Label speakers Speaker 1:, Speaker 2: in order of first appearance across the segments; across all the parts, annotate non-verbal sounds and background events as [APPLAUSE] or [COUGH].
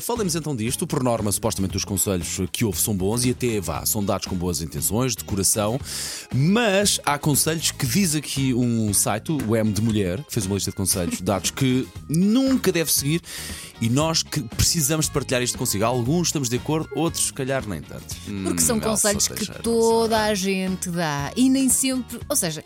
Speaker 1: Falemos então disto, por norma, supostamente os conselhos que houve são bons e até vá, são dados com boas intenções, de coração, mas há conselhos que diz aqui um site, o M de Mulher, que fez uma lista de
Speaker 2: [LAUGHS]
Speaker 1: conselhos dados que nunca deve seguir e nós que precisamos de partilhar isto consigo. Alguns estamos de acordo, outros se calhar nem tanto.
Speaker 2: Porque são
Speaker 1: Hum, Elsa
Speaker 2: conselhos que
Speaker 1: Teixeira,
Speaker 2: toda a gente dá e nem sempre. Ou seja,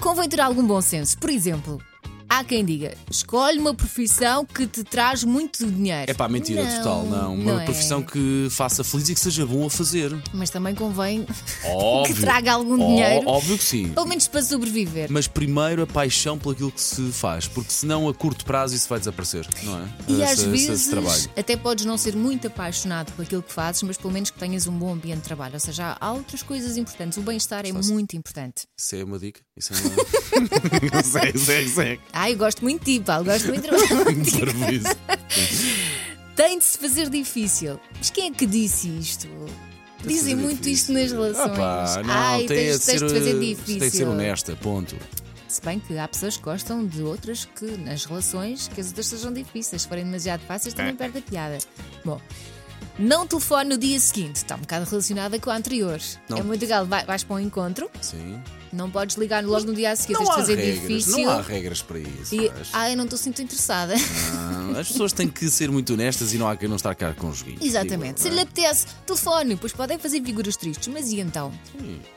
Speaker 2: convém ter algum bom senso. Por exemplo, há quem diga: escolhe uma profissão que te traz muito dinheiro.
Speaker 1: É pá, mentira total, não. Uma
Speaker 2: é.
Speaker 1: profissão que faça feliz e que seja bom a fazer.
Speaker 2: Mas também convém [LAUGHS]
Speaker 1: Óbvio.
Speaker 2: que traga algum
Speaker 1: Ó-
Speaker 2: dinheiro.
Speaker 1: Óbvio que sim.
Speaker 2: Pelo menos para sobreviver.
Speaker 1: Mas primeiro a paixão por aquilo que se faz, porque senão a curto prazo isso vai desaparecer, não é?
Speaker 2: E
Speaker 1: Esse-
Speaker 2: às
Speaker 1: esse-
Speaker 2: vezes
Speaker 1: esse trabalho.
Speaker 2: até podes não ser muito apaixonado por aquilo que fazes, mas pelo menos que tenhas um bom ambiente de trabalho. Ou seja, há outras coisas importantes. O bem-estar é muito importante.
Speaker 1: Isso é uma dica? Isso é uma. [LAUGHS] isso é, isso é, isso é.
Speaker 2: Ah, eu gosto muito de ti, Paulo. Gosto muito de
Speaker 1: [LAUGHS]
Speaker 2: trabalhar.
Speaker 1: Serviço.
Speaker 2: Tem de se fazer difícil. Mas quem é que disse isto?
Speaker 1: fazer
Speaker 2: Dizem muito isto
Speaker 1: difícil.
Speaker 2: nas relações.
Speaker 1: Ah, pá, não,
Speaker 2: Ai,
Speaker 1: tem
Speaker 2: tens,
Speaker 1: de
Speaker 2: tens
Speaker 1: ser,
Speaker 2: de fazer
Speaker 1: eh,
Speaker 2: difícil.
Speaker 1: Tem de ser honesta, ponto.
Speaker 2: Se bem que há pessoas que gostam de outras que, nas relações, que as outras sejam difíceis. Se forem demasiado fáceis, também
Speaker 1: É.
Speaker 2: perde a piada. Bom. Não telefone no dia seguinte, está um bocado relacionada com a anterior.
Speaker 1: Não.
Speaker 2: É muito legal, Vai- vais para um encontro,
Speaker 1: Sim.
Speaker 2: não podes ligar logo no dia a seguir, tens de fazer
Speaker 1: regras,
Speaker 2: difícil.
Speaker 1: não há regras para isso.
Speaker 2: E,
Speaker 1: acho.
Speaker 2: ah, eu não estou sinto interessada. [LAUGHS]
Speaker 1: Não, As pessoas têm que ser muito honestas e não há quem não estar cá com os guias.
Speaker 2: Exatamente.
Speaker 1: é?
Speaker 2: Se lhe apetece, telefone, pois podem fazer figuras tristes, mas e então?
Speaker 1: é?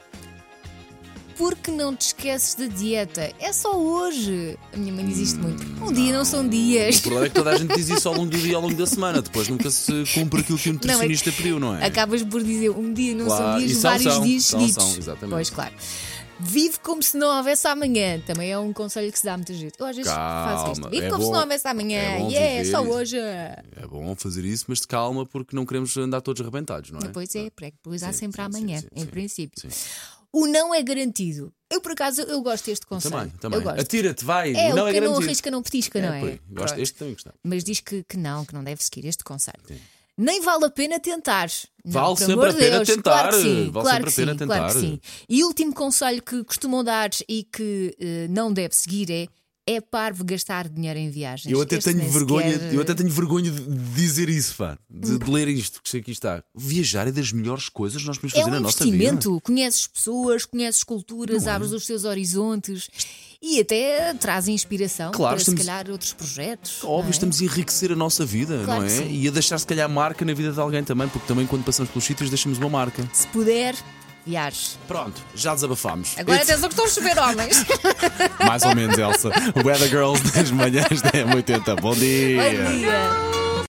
Speaker 2: Porque não te esqueces da dieta? É só hoje. A minha mãe diz isto muito. Um dia não são
Speaker 1: O
Speaker 2: dias.
Speaker 1: problema é que toda a gente diz isso ao longo do dia, ao longo da semana. Depois nunca se cumpre aquilo que o nutricionista pediu, não é?
Speaker 2: Acabas por dizer um dia não são
Speaker 1: Claro, e
Speaker 2: dias,
Speaker 1: são,
Speaker 2: vários
Speaker 1: são,
Speaker 2: dias
Speaker 1: são,
Speaker 2: seguidos.
Speaker 1: são, exatamente.
Speaker 2: Pois claro. Vive como se não houvesse amanhã. Também é um conselho que se dá a muita gente. Eu às vezes faço isto.
Speaker 1: Calma,
Speaker 2: Vive
Speaker 1: é
Speaker 2: como se
Speaker 1: bom-
Speaker 2: não houvesse amanhã.
Speaker 1: é bom
Speaker 2: e é só
Speaker 1: viver.
Speaker 2: hoje.
Speaker 1: É bom fazer isso, mas de calma, porque não queremos andar todos arrebentados, não é?
Speaker 2: Pois é, porque depois há
Speaker 1: Sim,
Speaker 2: sempre
Speaker 1: sim,
Speaker 2: amanhã,
Speaker 1: sim, sim,
Speaker 2: em
Speaker 1: sim.
Speaker 2: princípio.
Speaker 1: Sim.
Speaker 2: O não é garantido. Eu, por acaso, eu gosto deste conselho.
Speaker 1: Também, também.
Speaker 2: Eu gosto.
Speaker 1: Atira-te, vai.
Speaker 2: É,
Speaker 1: não
Speaker 2: o
Speaker 1: é
Speaker 2: que não
Speaker 1: garantido.
Speaker 2: arrisca não petisca, não é?
Speaker 1: por aí. Gosto
Speaker 2: Pronto.
Speaker 1: deste também gostava.
Speaker 2: Mas diz que, que não, que não deve seguir este conselho. Nem vale a pena tentar. Não,
Speaker 1: Vale
Speaker 2: por
Speaker 1: sempre
Speaker 2: amor
Speaker 1: a
Speaker 2: de
Speaker 1: pena
Speaker 2: Deus,
Speaker 1: tentar.
Speaker 2: Claro que sim,
Speaker 1: Vale
Speaker 2: claro que
Speaker 1: sempre a
Speaker 2: sim,
Speaker 1: pena
Speaker 2: claro que
Speaker 1: tentar.
Speaker 2: sim. E último conselho que costumam dar e que eh, não deve seguir é é parvo gastar dinheiro em viagens.
Speaker 1: Eu até
Speaker 2: Este
Speaker 1: tenho
Speaker 2: nem
Speaker 1: vergonha,
Speaker 2: sequer- eh,
Speaker 1: eu até tenho vergonha de dizer isso, pá, de, de ler isto que aqui está. Viajar é das melhores coisas que nós podemos
Speaker 2: É
Speaker 1: fazer
Speaker 2: um
Speaker 1: na nossa vida. é?
Speaker 2: investimento. Conheces pessoas, conheces culturas, abres os teus horizontes e até traz inspiração
Speaker 1: Claro,
Speaker 2: para
Speaker 1: estamos-
Speaker 2: se calhar outros projetos. não
Speaker 1: Óbvio,
Speaker 2: é?
Speaker 1: estamos a enriquecer a nossa vida,
Speaker 2: Claro
Speaker 1: não
Speaker 2: que
Speaker 1: é?
Speaker 2: sim.
Speaker 1: E a deixar, se calhar, marca na vida de alguém também, porque também quando passamos pelos sítios deixamos uma marca.
Speaker 2: Se puder, viajes.
Speaker 1: Pronto, já desabafámos.
Speaker 2: Agora
Speaker 1: It's-
Speaker 2: atenção que estão a chover homens.
Speaker 1: [LAUGHS] Mais ou menos, Elsa. Weather Girls das manhãs da M80. Bom dia.
Speaker 2: Bom dia.